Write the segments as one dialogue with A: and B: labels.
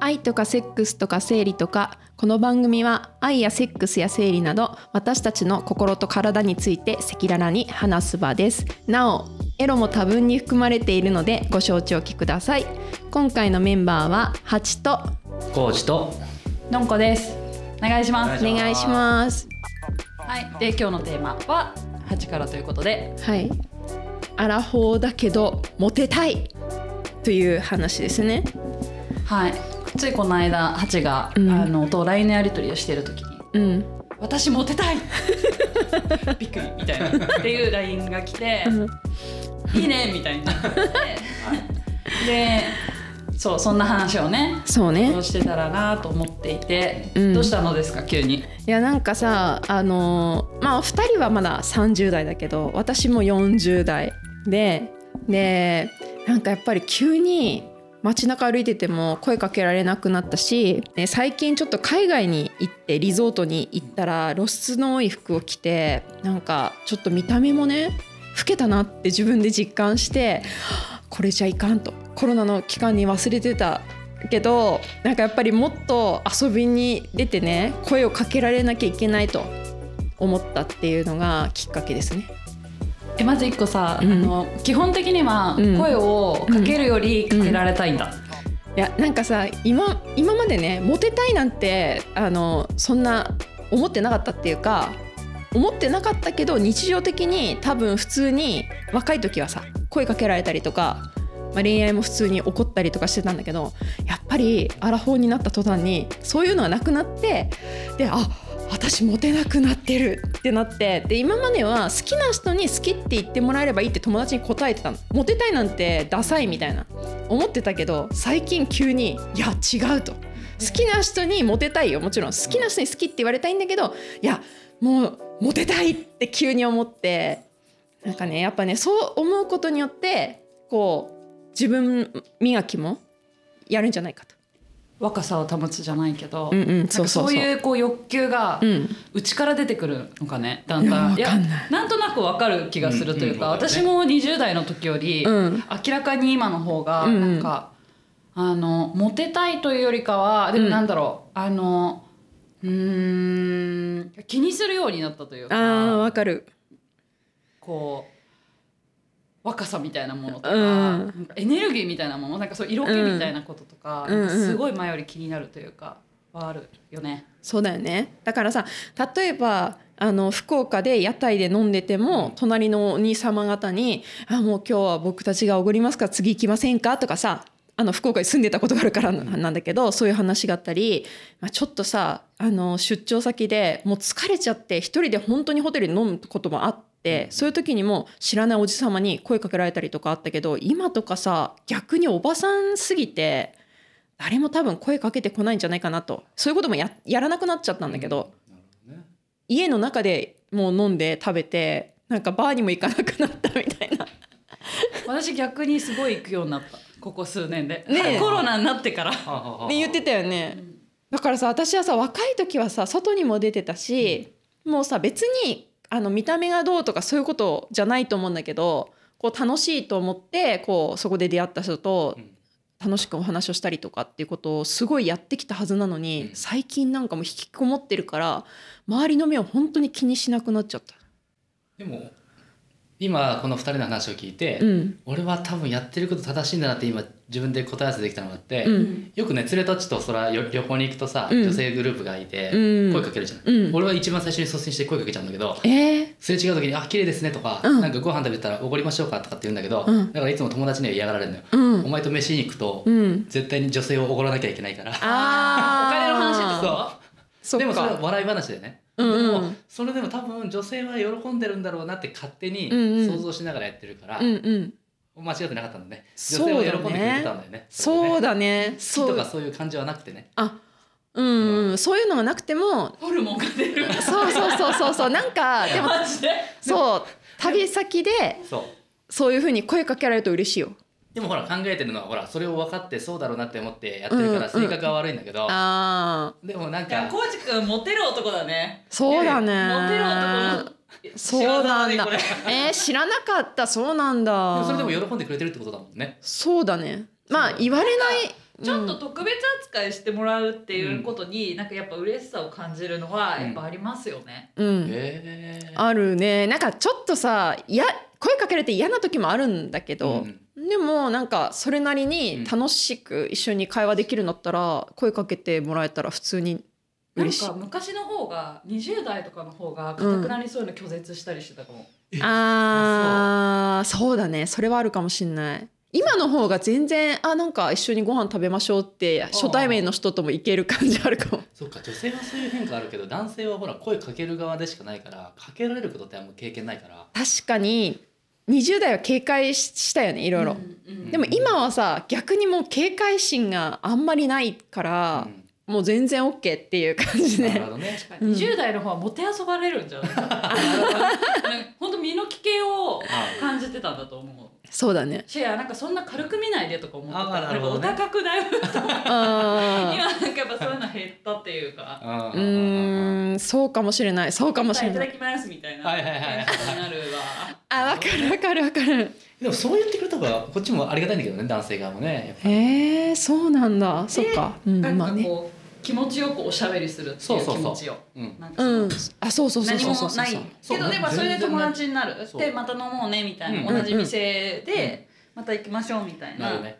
A: 愛とかセックスとか生理とかこの番組は愛やセックスや生理など私たちの心と体について赤裸々に話す場ですなおエロも多分に含まれているのでご承知おきください今回のメンバーはハチと
B: コーチと
C: のんこですお願いしま
A: お
C: す
A: 願いします
C: はいで今日のテーマは8からということで
A: はいアラフォーだけどモテたいという話ですね
C: はいついこの間ハチが、
A: うん
C: あのと LINE のやり取りをしている時に
A: うん
C: 「私モテ たい! 」びっくりみたいなっていう LINE が来て「いいね!」みたいにな ってでそうそんな話をね
A: そうね
C: どうしてたらなと思っていて、
A: うん
C: どうしたのですか急に
A: いやなんかさあのーまあ2人はまだ30代だけど私も40代ででなんかやっぱり急に街中歩いてても声かけられなくなったし、ね、最近ちょっと海外に行ってリゾートに行ったら露出の多い服を着てなんかちょっと見た目もね老けたなって自分で実感してこれじゃいかんとコロナの期間に忘れてたけどなんかやっぱりもっと遊びに出てね声をかけられなきゃいけないと思ったっていうのがきっかけですね。
C: えまず一個さ、
A: うん
C: あの基本的には
A: うん
C: 声をかけるよりかけられたいんだ、
A: いやなんかさ今今までねモテたいなんてあのそんな思ってなかったっていうか思ってなかったけど日常的に多分普通に若い時はさ声かけられたりとか、まあ、恋愛も普通に怒ったりとかしてたんだけどやっぱりアラフォーになった途端にそういうのがなくなってであ私モテなくなってるってなってで今までは好きな人に好きって言ってもらえればいいって友達に答えてたのモテたいなんてダサいみたいな思ってたけど最近急にいや違うと好きな人にモテたいよもちろん好きな人に好きって言われたいんだけどいやもうモテたいって急に思ってなんかねやっぱねそう思うことによってこう自分磨きもやるんじゃないかと。
C: 若さを保つじゃないけど、
A: うんうん
C: なんか
A: そうそうそう
C: いうこう欲求が
A: うん、
C: 内から出てくるのかねだんだん
A: いやわかんない
C: なんとなくわかる気がするというか、
B: うんうん
C: 私も20代の時より、
A: うん
C: 明らかに今の方が
A: うんうん
C: なんか、あのモテたいというよりかはでもなんだろう、あのうーん気にするようになったという
A: あ
C: か
A: ーわかる
C: こう若さみたいなものとか,、
A: うん
C: なんかエネルギーみたいなものなんかそう色気みたいなこととか,、
A: うんうん
C: すごい前より気になるというかはあるよね。
A: そうだよねだからさ例えばあの福岡で屋台で飲んでても隣のお兄様方に「あもう今日は僕たちがおごりますから次行きませんか?」とかさあの福岡に住んでたことがあるからなんだけどそういう話があったり、まあ、ちょっとさあの出張先でもう疲れちゃって一人で本当にホテルに飲むこともあってそういう時にも知らないおじ様に声かけられたりとかあったけど今とかさ逆におばさんすぎて。誰も多分声かけてこないんじゃないかなとそういうこともややらなくなっちゃったんだけど、家の中でもう飲んで食べてなんかバーにも行かなくなったみたいな
C: 私逆にすごい行くようになったここ数年で、
A: ねえ
C: コロナになってから
A: ね言ってたよね、
C: うん
A: だからさ私はさ若い時はさ外にも出てたし、もうさ別にあの見た目がどうとかそういうことじゃないと思うんだけどこう楽しいと思ってこうそこで出会った人と
B: うん
A: 楽しくお話をしたりとかっていうことをすごいやってきたはずなのに、
B: うん
A: 最近なんかもう引きこもってるから周りの目を本当に気にしなくなっちゃった。
B: でも今この2人の話を聞いて、
A: うん
B: 俺は多分やってること正しいんだなって今自分で答え合わせできたのがあって、
A: うん
B: よくね連れたちとそらよ旅行に行くとさ、
A: うん
B: 女性グループがいて、
A: うん
B: 声かけるじゃない、
A: うん
B: 俺は一番最初に率先して声かけちゃうんだけど
A: えー、
B: すれ違う時に「あ綺麗ですね」とか、
A: うん
B: なんかご飯食べてたら「おごりましょうか」とかって言うんだけど、
A: うん
B: だからいつも友達には嫌がられるのよ、
A: うん
B: お前と飯に行くと、
A: うん、
B: 絶対に女性をおごらなきゃいけないから、
A: あー
C: お金の話ってこと
A: そっ
B: でもそれは
A: か
B: 笑い話だよね、
A: うんうん
B: でもそれでも多分女性は喜んでるんだろうなって勝手に
A: うんうん
B: 想像しながらやってるから、
A: うんうん
B: 間違ってなかったんだね女
A: そうだね
B: 性は喜んでくれてたんだよね
A: そう
B: だ
A: だね
B: 好き
A: そ
B: とか
A: う
B: そういう感じはなくてね
A: あうんうんそういうのがなくても
C: ホルモンが出る
A: そうそうそうそうそうなんかでも
C: マジで
A: そう旅先で
B: そう
A: そういうふうに声かけられると嬉しいよ
B: でもほら考えてるのはほらそれを分かってそうだろうなって思ってやってるから
A: うんう
B: 性
A: ん
B: 格は悪いんだけど、
A: あー
B: でもなん
C: いや
B: か
C: コウジ君モテる男だね
A: そうだ
C: モテる
A: ね
C: 男の
A: そうなんだ
C: 仕業ねこれ
A: えー、知らなかったそうなん
B: でも
A: だ
B: それでも喜んでくれてるってことだもんね
A: そうだねまあ
B: そう
A: 言われない
C: ちょっと特別扱いしてもらうっていうことに、なんかやっぱ嬉しさを感じるのはやっぱありますよね。
A: うん、
B: へえ
A: あるねなんかちょっとさいや声かけられて嫌な時もあるんだけど、でもなんかそれなりに楽しく一緒に会話できるんだったら声かけてもらえたら普通に
C: なん
A: 嬉しい
C: か。昔の方が20代とかの方が固くなりそういうの拒絶したりしてたかも。
A: あーそうだねそれはあるかもしんない今の方が全然あなんか一緒にご飯食べましょうって初対面の人とも行ける感じあるかも
B: そうか女性はそういう変化あるけど男性はほら声かける側でしかないからかけられることってあんま経験ないから
A: 確かに20代は警戒ししたよねいろいろ、
C: うんうん
A: でも今はさ逆にもう警戒心があんまりないから
B: う、ん
A: もう全然 OK っていう感じ
B: なる
A: ね
B: ほどね
C: 確かに20代の方はもてあそばれるんじゃないか なね本当身の危険を
B: あ
C: 感じてたんだと思う
A: そうだね
C: シェアなんかそんな軽く見ないでとか思ってた
B: あなるほどね
C: なんかお高くだいぶ今
A: あ
C: なんかやっぱそういうの減ったっていうか
B: あ
A: ーうーんそうかもしれないそうかも
C: い
A: しれ
C: た
A: な
C: だ
A: い
C: きますみたいな
B: はいはいはい
C: テンションになるわ
A: あわかるわかるわかる
B: でもそう言ってくれた方がこっちもありがたいんだけどね男性側もねやっぱり
A: へえそうなんだそっか、うん、
C: なん
A: まあ
C: か
A: ね
C: こう気持ちよくおしゃべりするって
B: そ
C: いうう
B: そう
C: 気
B: そう
C: 持ちを
B: うん
C: なんかその
A: うん、あそうそうそう
C: 何
A: そう
C: も
A: そうそう
C: ない
B: そう
C: けどでも
B: 全然
C: それで友達になる
B: そう
C: でまた飲もうねみたいな、
B: うん
C: 同じ店でまた行きましょうみたい
B: なる
C: な
B: ほどね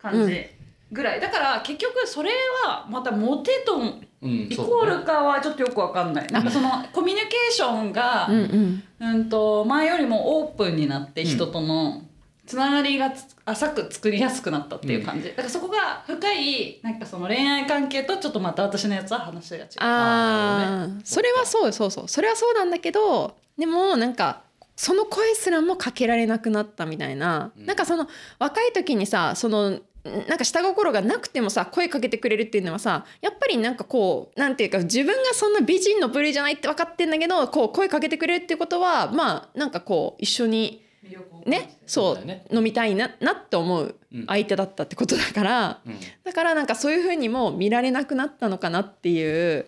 C: 感じぐらい、だから結局それはまたモテと
B: うん
C: イ
B: そう
C: コールかはちょっとよくわかんない、なんかそのコミュニケーションが、
A: うんうん
C: うんと前よりもオープンになって人とのつながりがつ浅く作りやすくなったっていう感じ、だからそこが深いなんかその恋愛関係とちょっとまた私のやつは話が違う
A: あーそれはそうそうそうそれはそうなんだけどでもなんかその声すらもかけられなくなったみたいな、
B: うん
A: なんかその若い時にさそのなんか下心がなくてもさ声かけてくれるっていうのはさやっぱりなんかこうなんていうか自分がそんな美人の部類じゃないって分かってんだけどこう声かけてくれるっていうことはまあなんかこう一緒に
C: 魅力を感じて
A: ねそ
B: そう
A: う
B: だよね
A: 飲みたいななって思う
B: うん
A: 相手だったってことだから、
B: うん
A: だからなんかそういう風にも見られなくなったのかなっていう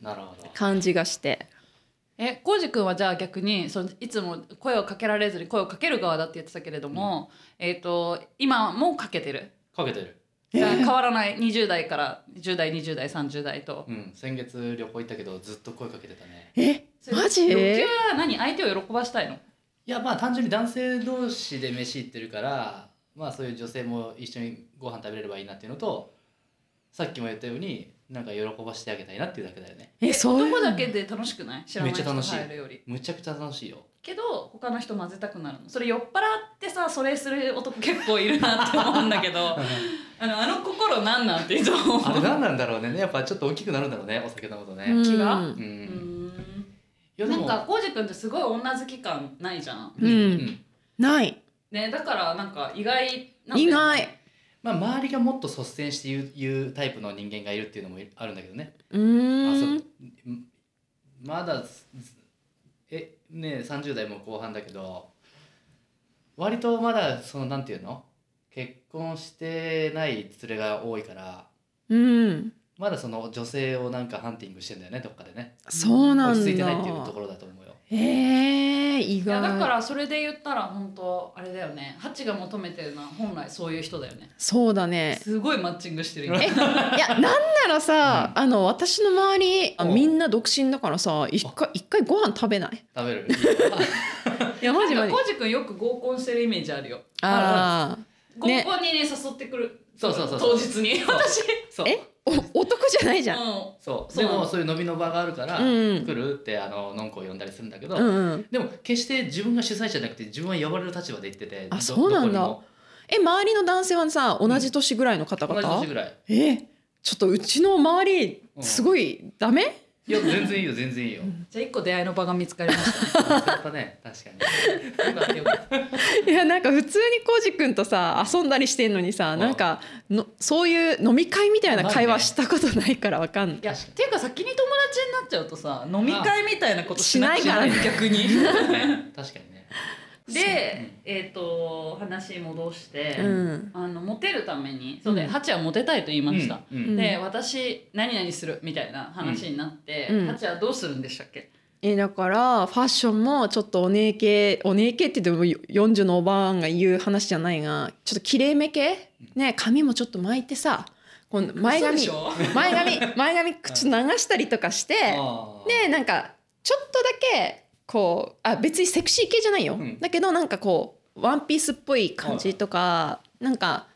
B: なるほど
A: 感じがして
C: えコウジ君はじゃあ逆にそのいつも声をかけられずに声をかける側だって言ってたけれども、えっ、と今もかけてる
B: かけてる
C: じゃあ変わらない20代から10代20代30代と
B: うん先月旅行行ったけどずっと声かけてたね
A: えマジ
C: 欲求は何相手を喜ばしたいの
B: いやまあ単純に男性同士で飯行ってるからまあそういう女性も一緒にご飯食べれればいいなっていうのとさっきも言ったようになんか喜ばしてあげたいなっていうだけだよね
A: えそういう
C: 男
A: の
C: だけで楽しくない知らない人
B: めっちゃ楽しい
C: 入るより
B: むちゃくちゃ楽しいよ
C: けど他の人混ぜたくなるのそれ酔っ払ってさそれする男結構いるなって思うんだけ どあのあの心なんなんていつも
B: あ
C: 思
B: れ
C: う
B: 何なんだろうねやっぱちょっと大きくなるんだろうねお酒飲むとね
A: うん
C: 気が
A: う
B: うんん、
C: う
B: い
C: ん
B: やで
C: なん
B: も
C: か浩二君ってすごい女好き感ないじゃん、
A: うんない
C: ね、だからなんか意外なん
A: 意
C: だよ
A: 外
B: まあ周りがもっと率先して言う言うタイプの人間がいるっていうのもあるんだけどね
A: う
B: あそ
A: ー
B: うんまだずずえねえ30代も後半だけど割とまだそのなんていうの結婚してない連れが多いから
A: うん
B: まだその女性をなんかハンティングしてんだよねどっかでね
A: そうな
B: 落
A: ん
B: ち着いてないっていうと
A: だ
B: ころだと思うよ
A: えー、意
C: いや
A: 外
C: だからそれで言ったら本当あれだよねハチが求めてるのは本来そういう人だよね
A: そうだ ね
C: すごいマッチングしてる今
A: えいやなんならさ、あの私の周りあ
B: うん
A: みんな独身だからさ一回一回ご飯食べない
B: 食べる
A: いやマジ
C: な
A: マ
C: んか
A: ジ
C: 浩二君よく合コンしてるイメージあるよ
A: あ
C: 合
A: ね
C: コンにね誘ってくる
B: そうそうそうそう
C: 当日 に私
B: そう
A: ーえお男じゃないじゃん
C: う
B: そう
C: そう
B: で
C: なの
B: もそういう飲みの場があるから
A: うんうん
B: 来るってあののんこを呼んだりするんだけど、
A: うんうん
B: でも決して自分が主催者じゃなくて自分は呼ばれる立場で行ってて
A: あ
B: ど
A: そうなんだ
B: どこ
A: え周りの男性はさ同じ年ぐらいの方
B: にも
A: 々、
B: 同じ年ぐらい
A: えちょっとうちの周り
B: うん
A: すごいダメ、
B: いや全然いいよ全然いいよ。
C: じゃあ一個出会いの場が見つかりま し
B: やったね確かに。
C: たよかったよかった
A: いやなんか普通にコウジ君とさ遊んだりしてんのにさ
B: うん
A: なんかのそういう飲み会みたいな会話したことないからわかんない
C: いやっていうか先に友達になっちゃうとさ飲み会みたいなことしな
A: しないからね
C: 逆に
B: ね確かにね。
C: でえっ、と話戻して、
A: うん
C: あのモテるためにそうね、
A: うん
C: ハチはモテたいと言いました、
B: うん
A: うん
C: で私何々するみたいな話になって、
A: うん
C: ハチはどうするんでしたっけ、
A: えだからファッションもちょっとお姉系お姉系って言っても40のおばあんが言う話じゃないがちょっときれいめ系ね髪もちょっと巻いてさこの前髪
C: 嘘でしょ
A: 前髪前髪口流したりとかして
B: あー
A: でなんかちょっとだけこうあ別にセクシー系じゃないよ、
B: うん
A: だけどなんかこうワンピースっぽい感じとか、なんか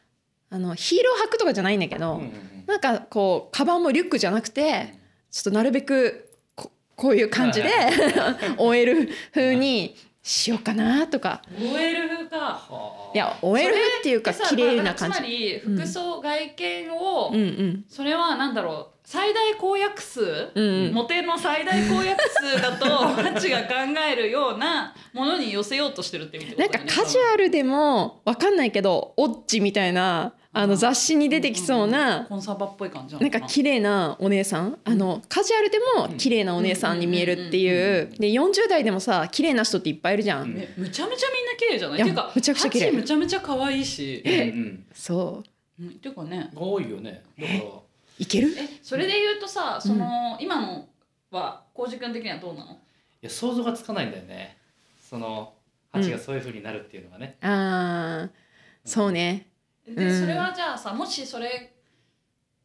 A: あのヒールを履くとかじゃないんだけど、
B: うんうんうん
A: なんかこうカバンもリュックじゃなくてちょっとなるべくここういう感じで
B: は
A: OL 風にしようかなとか
C: OL 風か
B: はあ
A: いや OL 風っていうか
C: でさ
A: 綺麗な感
C: まあつま
A: じ。
C: り
A: うん
C: 服装外見を、
A: うんうん
C: それはなんだろう最大公約数、
A: うんうん
C: モテの最大公約数だと マッチが考えるようなものに寄せようとしてるって意味っ
A: なん
C: てことだ
A: か
C: よね
A: カジュアルでもわかんないけど「オッチ」みたいなあの雑誌に出てきそうな
C: コンサバっぽい感じな
A: な
C: の
A: んか綺麗なお姉さんあのカジュアルでも綺麗なお姉さんに見えるっていう
B: うん
A: で40代でもさ綺麗な人っていっぱいいるじゃ
B: うん
A: ん
C: めむちゃめちゃみんな綺麗じゃない
A: いや
C: ていうか
A: むちゃくちゃ綺麗
C: ハチむちゃめちゃ可愛いし
B: う、んうん
A: そう
C: うん、ていうかね
B: 多いよねだから
A: いける
C: えそれで言うとさその、今のは浩司君的にはどうなの
B: いや想像がつかないんだよねその蜂がそういう風になるっていうのがね、
A: あーそうねう
C: で
A: ん
C: それはじゃあさもしそれ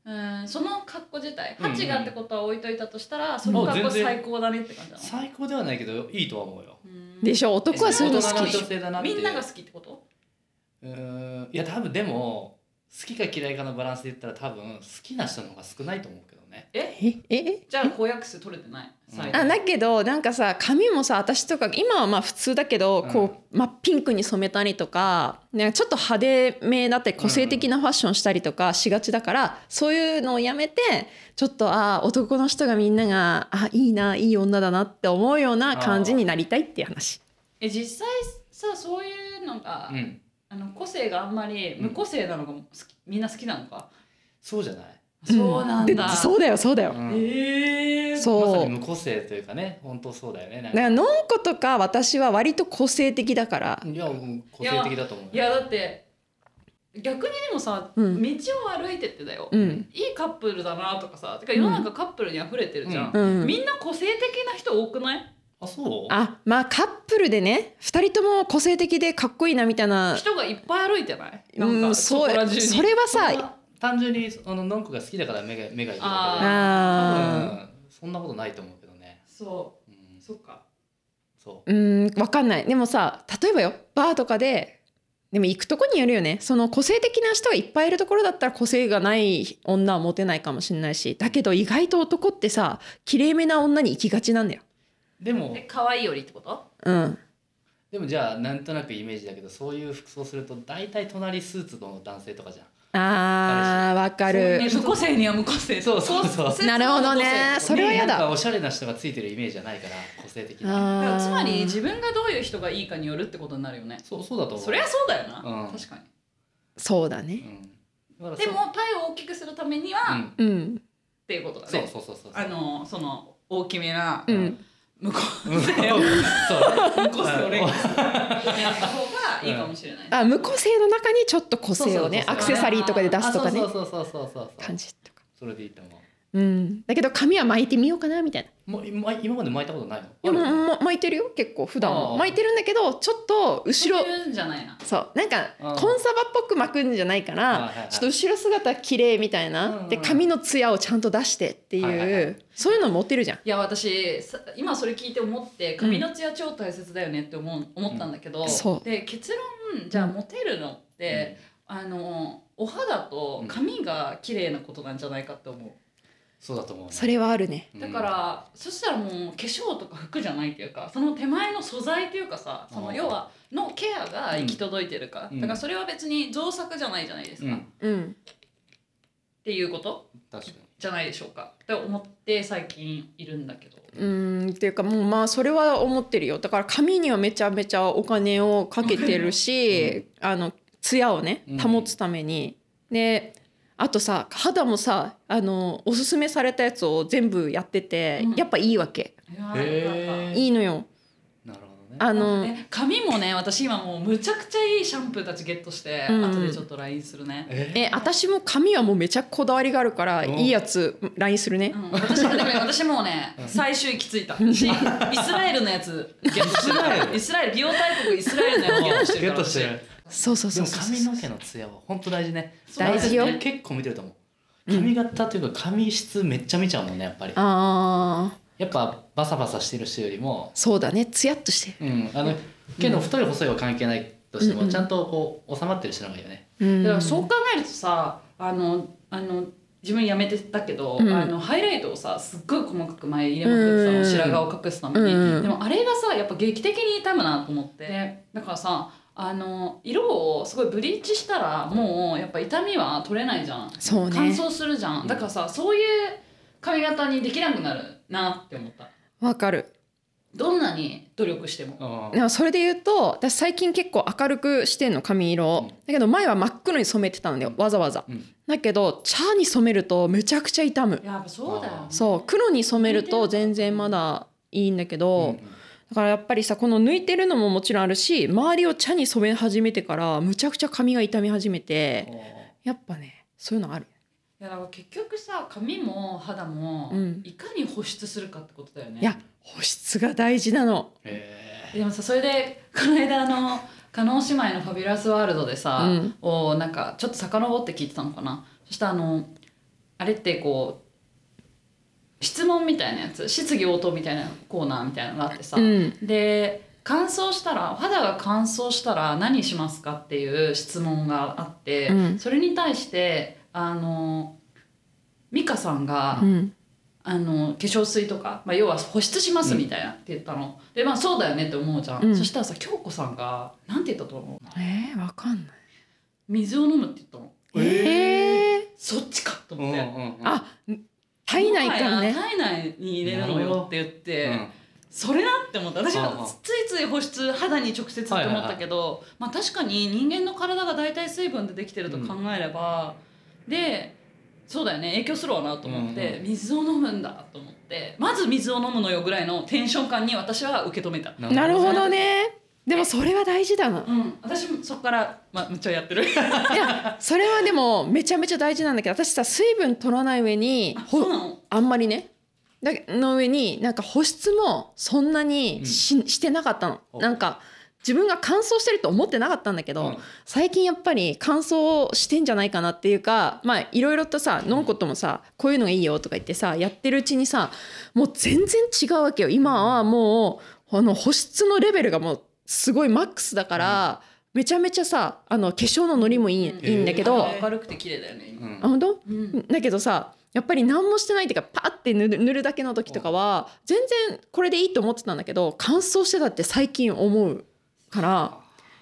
C: うんその格好自体
B: うんうん
C: ハチがってことは置いといたとしたら、その格好
B: もう全然
C: 最高だねって感じなの
B: 最高ではないけどいいとは思うよ
C: うん
A: でしょ男はそういうの
B: 大人
A: 好
B: な
A: き
B: 女性だなってい
C: み
B: うん
C: なが好きってこと
B: うーんいや多分でも好きか嫌いかのバランスで言ったら多分好きな人の方が少ないと思うけどね
A: ええ
C: じゃあ公約数取れてない最
B: う
C: 大
A: あだけどなんかさ髪もさ私とか今はまあ普通だけど、
B: うん
A: こうまあ、ピンクに染めたりとか、ね、ちょっと派手めだって個性的なファッションしたりとかしがちだから、そういうのをやめてちょっとあー男の人がみんながあいいないい女だなって思うような感じになりたいっていう話。
C: え実際さそういうのが、
B: うん
C: あの個性があんまり無個性なのかも好きみんな好きなのか、
B: そうじゃない、
C: そうなんだ
A: でそうだよそうだよ。
B: うん
C: ええー、
A: そう
B: まさに無個性というかね本当そうだよね
A: だ
B: なん
A: か
B: から
A: のんことか私は割と個性的だから、
B: いやうん個性的だと思うよ
C: いやだって逆にでもさ、
A: うん
C: 道を歩いてってだよ、
A: うん
C: いいカップルだなとかさてか世の中カップルに溢れてるじゃん、
A: うん、
C: みんな個性的な人多くない
B: あそう
A: あまあカップルでね2人とも個性的でかっこいいなみたいな
C: 人がいっぱい歩いてないなん
A: う
C: か
A: ん、
C: そこ
A: そ
C: ら
A: う
C: 中に
A: それは
B: それ
A: さ
B: は単純にあののんこが好きだから目が目がいるだけで
A: あ
B: うんそんなことないと思うけどね、
C: そ
B: うん
C: う、そっか
B: そう
A: ーうんわかんないでもさ例えばよバーとかででも行くとこによるよねその個性的な人がいっぱいいるところだったら個性がない女はモテないかもしれないしだけど意外と男ってさきれいめな女に行きがちなんだよ。
B: でも
C: え可愛いよりってこと
A: うん、
B: でもじゃあなんとなくイメージだけどそういう服装すると大体隣スーツの男性とかじゃん
A: あーわか
C: え
A: る。
C: 無個性には無個性
B: そうそうそう
C: 個性
A: なるほどね
C: 無個性
A: それは嫌だ
B: なんかおしゃれな人がついてるイメージじゃないから個性的な
C: だから
A: あー
C: つまり自分がどういう人がいいかによるってことになるよね
B: そうそうだと思う
C: そりゃそうだよな、
B: うん
C: 確かに
A: そうだね。
B: うん、だからそう
C: でも体を大きくするためには、
B: う
C: っ
B: ん
A: うん、
C: ていうことだね
B: そうそうそうそう
C: あのその大きめな
A: うん、
C: 向こう
B: うん
C: 向
B: そ
C: こ
B: うね
C: うそれがいいかもしれない。
A: あ無個性の中にちょっと個性をね
B: そうそうそうそう
A: アクセサリーとかで出すとかね
B: あそうそうそうそうそうそう
A: 感じとか。
B: それでいいと思う
A: うん、だけど髪は巻いてみようかなみたいな。
B: もう今今まで巻いたことないの
A: いやもう
B: ある
A: もう巻いてるよ結構普段
B: あ
A: は
B: あ
A: 巻いてるんだけどちょっと後ろ
C: そういうんじゃないな。
A: そうなんかコ
B: あ
A: ン
B: あ
A: サバっぽく巻くんじゃないか
B: はい
A: ら
B: はいはい
A: ちょっと後ろ姿綺麗みたいな、
B: うんうん
A: で髪のツヤをちゃんと出してっていう、
B: はいはいはい
A: そういうの持てるじゃん。
C: いや私さ今それ聞いて思って髪のツヤ超大切だよねって思う思ったんだけど、
A: んそう
C: で結論じゃあモテるのって、あのお肌と髪が綺麗なことなんじゃないかって思う。
B: そうだと思うね
A: それはあるね。
C: だから、そしたらもう化粧とか服じゃないっていうかその手前の素材っていうかさそ
B: あ
C: の
B: ー
C: 要はのケアが行き届いてるか、
B: うん
C: だからそれは別に造作じゃないじゃないです
B: うん
C: か、
B: う
C: っ
B: ん
A: うん、
C: ていうこと
B: 確かに
C: じゃないでしょうかって思って最近いるんだけど
A: うんっていうかもうまあそれは思ってるよだから髪にはめちゃめちゃお金をかけてるし、あのツヤをね
B: うん
A: 保つために、であとさ肌もさあのおすすめされたやつを全部やってて、
C: うん
A: やっぱいいわけ
C: いやーなんか
B: へえ
A: いいのよ
B: なるほどね
A: あの、
C: ね髪もね私今もうむちゃくちゃいいシャンプーたちゲットして、
A: うん
C: 後でちょっと LINE するね、
B: え
A: え私も髪はもうめちゃこだわりがあるから
B: うん
A: いいやつ LINE するね
C: う、ん、私もでもね私もうね
B: うん
C: 最終行き着いたしイスラエルのやつゲットして
B: イスラエ
C: る
B: ル
C: イスラエル美容大国イスラエルのやつゲットして
B: ゲ
C: る
B: ットし
C: から
B: て
C: 私
B: る
A: そうそう
B: で
A: そう
B: も
A: そう
B: 髪の毛のツヤは本当大事ね
A: 大事よ
B: 私ね結構見てると思う髪型というか髪質めっちゃ見ちゃうもんねやっぱり
A: ああ
B: やっぱバサバサしてる人よりも
A: そうだねツヤっとして
B: うんあの毛の太い細いは関係ないとして
A: うんう
B: も
A: ん
B: ちゃんとこう収まってる人の方がいいよね
A: うん
C: だからそう考えるとさあのあの自分やめてたけど、
A: うん
C: あのハイライトをさすっごい細かく前入れまくってた
A: う
C: の
A: ん
C: 白髪を隠すために、
A: うん
C: でもあれがさやっぱ劇的に痛むなと思ってだからさあの色をすごいブリーチしたらもうやっぱ痛みは取れないじゃん、
A: そう
C: 乾
A: ね
C: 燥するじゃんだからさそういう髪型にできなくなるなって思った
A: わかる
C: どんなに努力しても
A: でもそれで言うと私最近結構明るくしてんの髪色を、
B: うん
A: だけど前は真っ黒に染めてたのでわざわざ、
B: うん
A: だけど茶に染めるとめちゃくちゃ傷む
C: やっぱそうだよね
A: そう黒に染めると全然まだいいんだけ
B: う
A: ど、
B: んうん
A: だからやっぱりさこの抜いてるのももちろんあるし周りを茶に染め始めてからむちゃくちゃ髪が傷み始めてやっぱねそういうのある
C: いやだから結局さ髪も肌も
A: うん
C: いかに保湿するかってことだよね、
A: いや保湿が大事なの
B: へ
C: でもさそれでこの間あの加納姉妹の「ファビュラスワールド」でさ、
A: うん
C: をなんかちょっと遡って聞いてたのかなそしたらあのあれってこう質問みたいなやつ質疑応答みたいなコーナーみたいなのがあってさ、
A: うん
C: で乾燥したらお肌が乾燥したら何しますかっていう質問があって、
A: うん
C: それに対してあの美香さんが、
A: うん
C: あの化粧水とか、まあ、要は保湿しますみたいなって言ったの、でまあそうだよねって思うじゃん、
A: うん
C: そしたらさ京子さんがなんて言ったと思う
A: えー、わかんない
C: 水を飲むって言ったの
A: え
B: え
A: ー、
C: そっちか
B: う
C: と
B: んう
C: 思っ
B: ん
C: て、
B: うん
A: あ体内から
C: も
A: ね
C: はや体内に入れるのよって言って、
B: うん
C: それなって思った私
B: うんうん
C: はついつい保湿肌に直接って思ったけど、まあ、確かに人間の体が大体水分でできてると考えれば、でそうだよね影響するわなと思って、
B: うんうん
C: 水を飲むんだと思ってまず水を飲むのよぐらいのテンション感に私は受け止めた。
A: なる
B: ど
A: ほどねでもそれは大事だな
C: うん、私もそこから、まあ、めっちゃやってる。
A: いやそれはでもめちゃめちゃ大事なんだけど私さ水分取らない上に
C: あ、
A: ほ
C: そうなの。
A: あんまりねだの上になんか保湿もそんなにし,、してなかったの
B: お
A: なんか自分が乾燥してると思ってなかったんだけど、
B: うん
A: 最近やっぱり乾燥してんじゃないかなっていうかまあいろいろとさノンコともさこういうのがいいよとか言ってさやってるうちにさもう全然違うわけよ今はもうあの保湿のレベルがもうすごいマックスだから、めちゃめちゃさあの化粧のノリもいい,、
C: うん
A: いいんだけど、
C: 明るくて綺麗だよね。
B: う
C: 今
B: ん
A: あ本当
C: うん、
A: だけどさやっぱり何もしてないっていうかパッて塗る塗るだけの時とかは全然これでいいと思ってたんだけど乾燥してたって最近思うから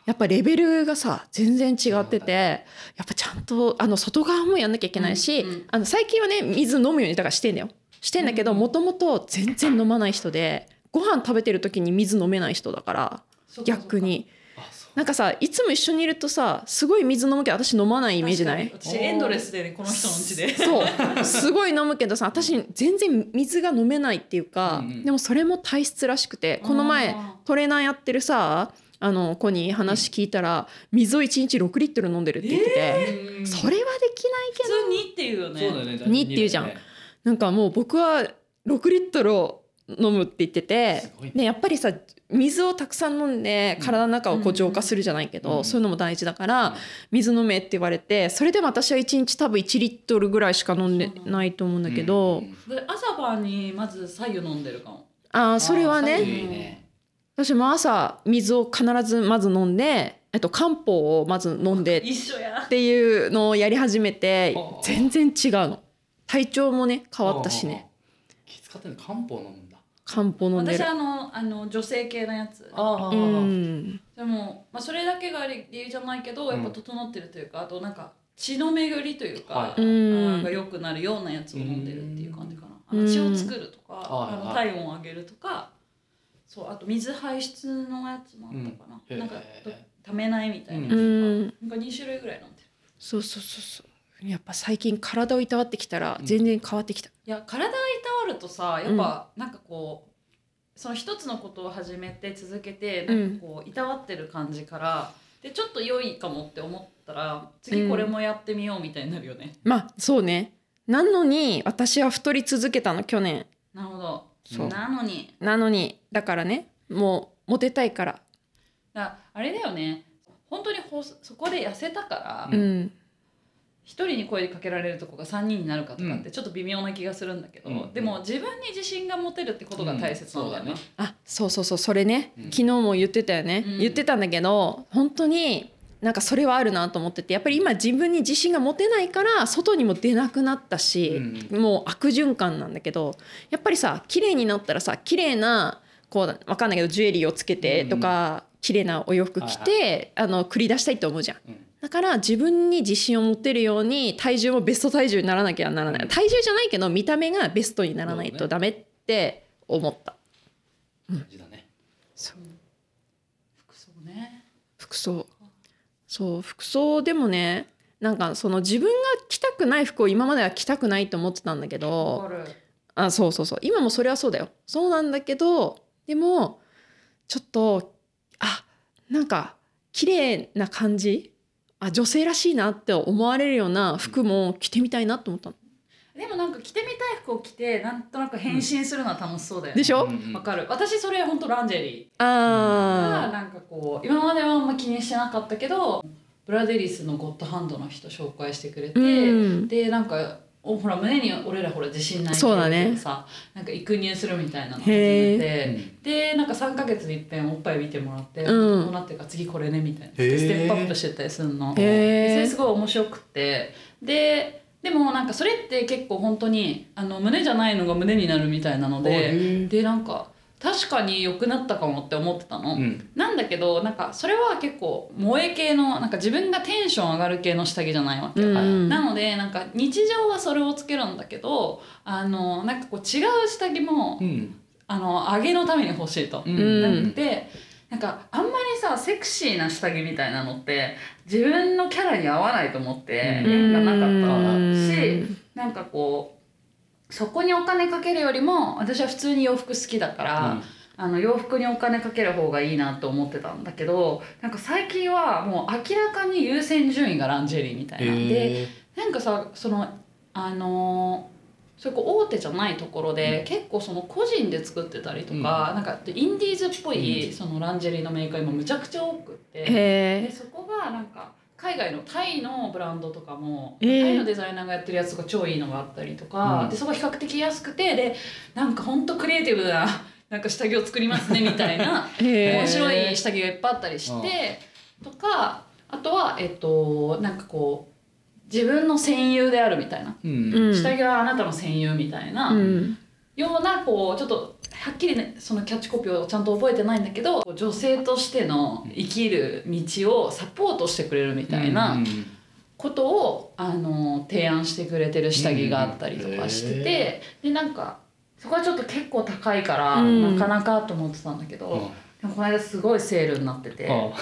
A: やっぱレベルがさ全然違って
B: そうだ
A: てやっぱちゃんとあの外側もやんなきゃいけないし、
C: うんうん
A: あの最近はね水飲むようにだからしてんだよしてんだけど
C: うん
A: もともと全然飲まない人でご飯食べてる時に水飲めない人だから
C: そっかそっか
A: 逆に
B: あそう
A: なんかさいつも一緒にいるとさすごい水飲むけど私飲まないイメージない
C: 確かに私エンドレスで、ね、この人の家で。
A: そうすごい飲むけどさ私全然水が飲めないっていうか、
B: うんうん
A: でもそれも体質らしくてこの前
C: あ
A: トレーナーやってるさあの子に話聞いたら、水を1日6リットル飲んでるって言ってて、
B: うん
A: それはできない
C: 普通にっていうよね。
B: そうだよね
A: にっていうじゃん
B: にだよね
A: なんかもう僕は6リットルを飲むって言ってて
B: すごいね
A: でやっぱりさ水をたくさん飲んで
B: うん
A: 体の中をこう浄化するじゃないけ
B: うん
A: ど、
B: うん
A: そういうのも大事だから、
B: うん
A: 水飲めって言われてそれでも私は1日多分1リットルぐらいしか飲んでないと思うんだけど、
B: うんうん
C: で朝晩にまず左右飲んでるかも。
A: あーそれは
B: あー
A: ね
B: 左右いいね
A: 私も朝水を必ずまず飲んで、えっと、漢方をまず飲んでっ
C: 一緒や。
A: ていうのをやり始めて
B: あー
A: 全然違うの体調もね変わったしね
B: 気使ってんの漢方飲むんだ
A: 漢方飲んで
C: 私
A: る
C: あのあの女性系のやつ。
B: あ
A: う、ん
C: でもまあそれだけが理由じゃないけどやっぱ整ってるというか、あとなんか血の巡りというか、
B: はい
A: うん
C: あが良くなるようなやつを飲んでるっていう感じかな。あ
A: う
C: の
A: ん
C: 血を作るとか、
B: はい
C: あの体温を上げるとか、そうあと水排出のやつもあったかな。
B: うん
C: なんか
B: へー
C: 溜めないみたいなやつ
A: う
C: と
A: ん
C: か、なんか二種類ぐらい飲んでる。
A: そうそうそうそうやっぱ最近体をいたわってきたら全然変わってきた、
C: いや体がいたわるとさやっぱなんかこう、その一つのことを始めて続けて
A: う
C: なんんかこういたわってる感じからでちょっと良いかもって思ったら次これもやってみようみたいになるよね、
A: まあそうねなのに私は太り続けたの去年
C: なるほど、
A: そう
C: なのに
A: なのにだからねもうモテたいから
C: だあれだよね本当にほそこで痩せたから
B: う
A: うんん
C: 一、人に声かけられるとこが3人になるかとかっ
B: う
C: てちょっと微妙な気がするんだけど、
B: うん
C: でも自分に自信が持てるってことが大切なんだよね。
B: うんそ
A: あそうそうそうそれね、
B: うん
A: 昨日も言ってたよね、
C: うん
A: 言ってたんだけど本当になんかそれはあるなと思っててやっぱり今自分に自信が持てないから外にも出なくなったし、もう悪循環なんだけどやっぱりさ綺麗になったらさ綺麗なこうわかんないけどジュエリーをつけてとか、綺麗なお洋服着て、あの繰り出したいと思うじゃん。
B: うん
A: だから自分に自信を持てるように体重もベスト体重にならなきゃならない、
B: うん
A: 体重じゃないけど見た目がベストにならない
B: そう
A: と
B: ね
A: ダメって思った。
B: 大事だね
C: 服装ね
A: 服装そう服装でもねなんかその自分が着たくない服を今までは着たくないと思ってたんだけ
C: わか
A: ど
C: る
A: あそうそうそう今もそれはそうだよそうなんだけどでもちょっとあなんか綺麗な感じあ女性らしいなって思われるような服も着てみたいなと思ったの
C: でもなんか着てみたい服を着てなんとなく変身するのは楽しそうだよね
A: でしょ、
B: うん
C: わかる私それ本当ランジェリーが
A: あー
C: なんかこう今まではあんま気にしてなかったけどブラデリスのゴッドハンドの人紹介してくれて、
A: うん
C: でなんかおほら胸に俺らほら自信ない
A: そうだね
C: けどさなんか育乳するみたいなの始
A: へ
C: め
A: ー
B: う
C: て
B: ん
C: でなんか3か月でいっぺんおっぱい見てもらって、
A: うん
C: こうなってるから次これねみたいなス
B: へー
C: テップアップしてったりするの。でそ
A: へ
C: れ
A: え
C: すごい面白くてででもなんかそれって結構本当にあの胸じゃないのが胸になるみたいな
B: お
C: の
B: へ
C: で
B: ー
C: でなんか確かに良くなったかもって思ってたの、
B: うん
C: なんだけどなんかそれは結構萌え系のなんか自分がテンション上がる系の下着じゃないわけ、
A: うんうん
C: なのでなんか日常はそれをつけるんだけどあのなんかこう違う下着も、
B: うん
C: あの上げのために欲しいと、
B: うん
A: うん
C: でなんかあんまりさセクシーな下着みたいなのって自分のキャラに合わないと思って
B: う
C: なんかなかった
A: う
C: し
A: ん
C: なんかこうそこにお金かけるよりも私は普通に洋服好きだから、あの洋服にお金かける方がいいなと思ってたんだけどなんか最近はもう明らかに優先順位がランジェリーみたいなんで。
B: へー
C: なんかさそのあのーそれこう大手じゃないところで、結構その個人で作ってたりとか、
B: うん
C: なんかインディーズっぽい、
B: うん
C: そのランジェリーのメーカー今むちゃくちゃ多くて、
A: へ
C: でそこがなんか海外のタイのブランドとかも、
A: えー
C: タイのデザイナーがやってるやつとか超いいのがあったりとか、
B: うん
C: でそこ比較的安くてでなんかほんとクリエイティブななんか下着を作りますねみたいな。
A: え
C: 面白い下着がいっぱいあったりしてとかあとはえっとなんかこう自分の戦友であるみたいな、
B: うん
A: うん
C: 下着はあなたの戦友みたいな、
A: うん
C: ようなこうちょっとはっきりねそのキャッチコピーをちゃんと覚えてないんだけど女性としての生きる道をサポートしてくれるみたいな。
B: うん
C: ことをあの提案してくれてる下着があったりとかしてて、でなんかそこはちょっと結構高いから、
A: うん
C: なかなかと思ってたんだけど、
B: うん
C: でもこの間すごいセールになってて、
B: あ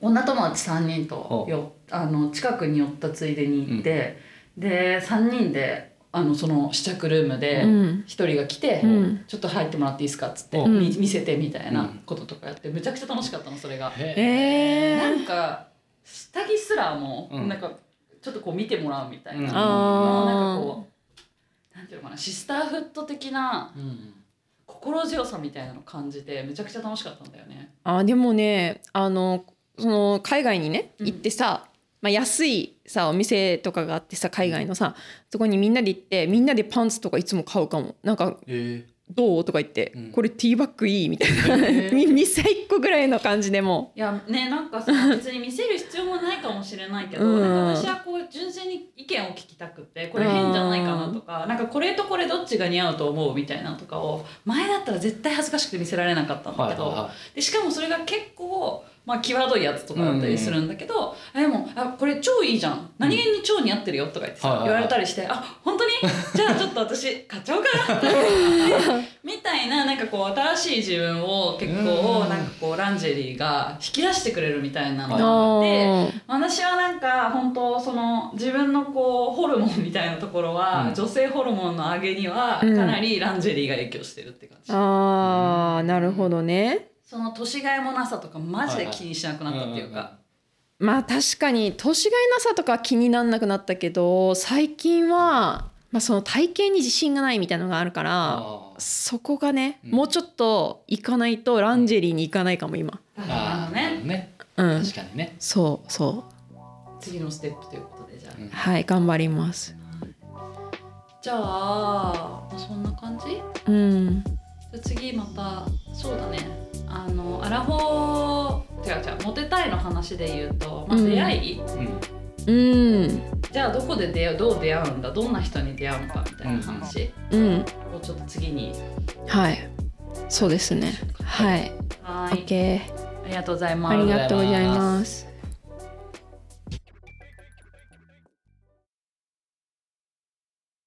C: 女友達3人と
B: うん
C: よあの近くに寄ったついでに行って、で3人であのその試着ルームで
A: うん
C: 1人が来て、
A: うん
C: ちょっと入ってもらっていいですかっつって、
B: うん
C: み見せてみたいな
B: うん
C: こととかやってむちゃくちゃ楽しかったのそれが。
B: へー
A: え
C: な
A: ー
C: んか下着すらも、
B: うん
C: なんかちょっとこう見てもらうみたいな,、
B: うん
C: なんか
A: あー
C: こうなんていうのかなシスターフット的な
B: うん
C: 心強さみたいなの感じてめちゃくちゃ楽しかったんだよね。
A: あでもねあのその海外にね
C: うん
A: 行ってさ、まあ、安いさお店とかがあってさ海外のさそこにみんなで行ってみんなでパンツとかいつも買うかもなんか
B: へ
A: 「どう?」とか言って、
B: うん
A: これティーバッグいい?」みたいな
B: え
A: み2歳1個ぐらいの感じでも
C: いやねなんかさ別に見せる必要もないかもしれないけど、
A: うん
C: なんか私はこう純粋に意見を聞きたくてこれ変じゃないかなとか、なんかこれとこれどっちが似合うと思うみたいなのとかを前だったら絶対恥ずかしくて見せられなかったんだけど、でしかもそれが結構、まあ、際どいやつとかだったりするんだけど、あでもあこれ超いいじゃん何気に超似合ってるよとか言ってさ、
B: はいはいはい
C: 言われたりしてあ本 当にじゃあちょっと私買っちゃおうかなみたいななんかこう新しい自分を結構
B: うん
C: なんかこうランジェリーが引き出してくれるみたいなのがあって。
A: あ
C: 私はなんか本当その自分のこうホルモンみたいなところは、
B: うん
C: 女性ホルモンの上げにはか
A: うん
C: なりランジェリーが影響してるって感じ、
A: ーあーなるほどね
C: その年替えもなさとかマジで気にしなくなったっていうか、
A: まあ確かに年がいなさとか気になんなくなったけど最近は、まあ、その体型に自信がないみたいなのがあるから
B: あー
A: そこがね、
B: うん
A: もうちょっと行かないとランジェリーに行かないかも今。
C: あのね
B: ね
A: うん
B: 確かにね、
A: そうそ
C: 次のステップということでじゃあ、
B: うん
A: うはい頑張ります
C: じゃあ、まあ、そんな感じ
A: うん
C: じゃあ次またそうだねあのアラフォー違う違うモテたいの話で言うと、まあ、
A: うん
C: 出会い、
B: うん
A: うん
C: じゃあどこで出会うどう出会うんだどんな人に出会うのかみたいな話
A: うん
C: をちょっと次に
A: はいそうですねはい
C: はーい
A: OK
C: ありがとうございます
A: ありがとうございます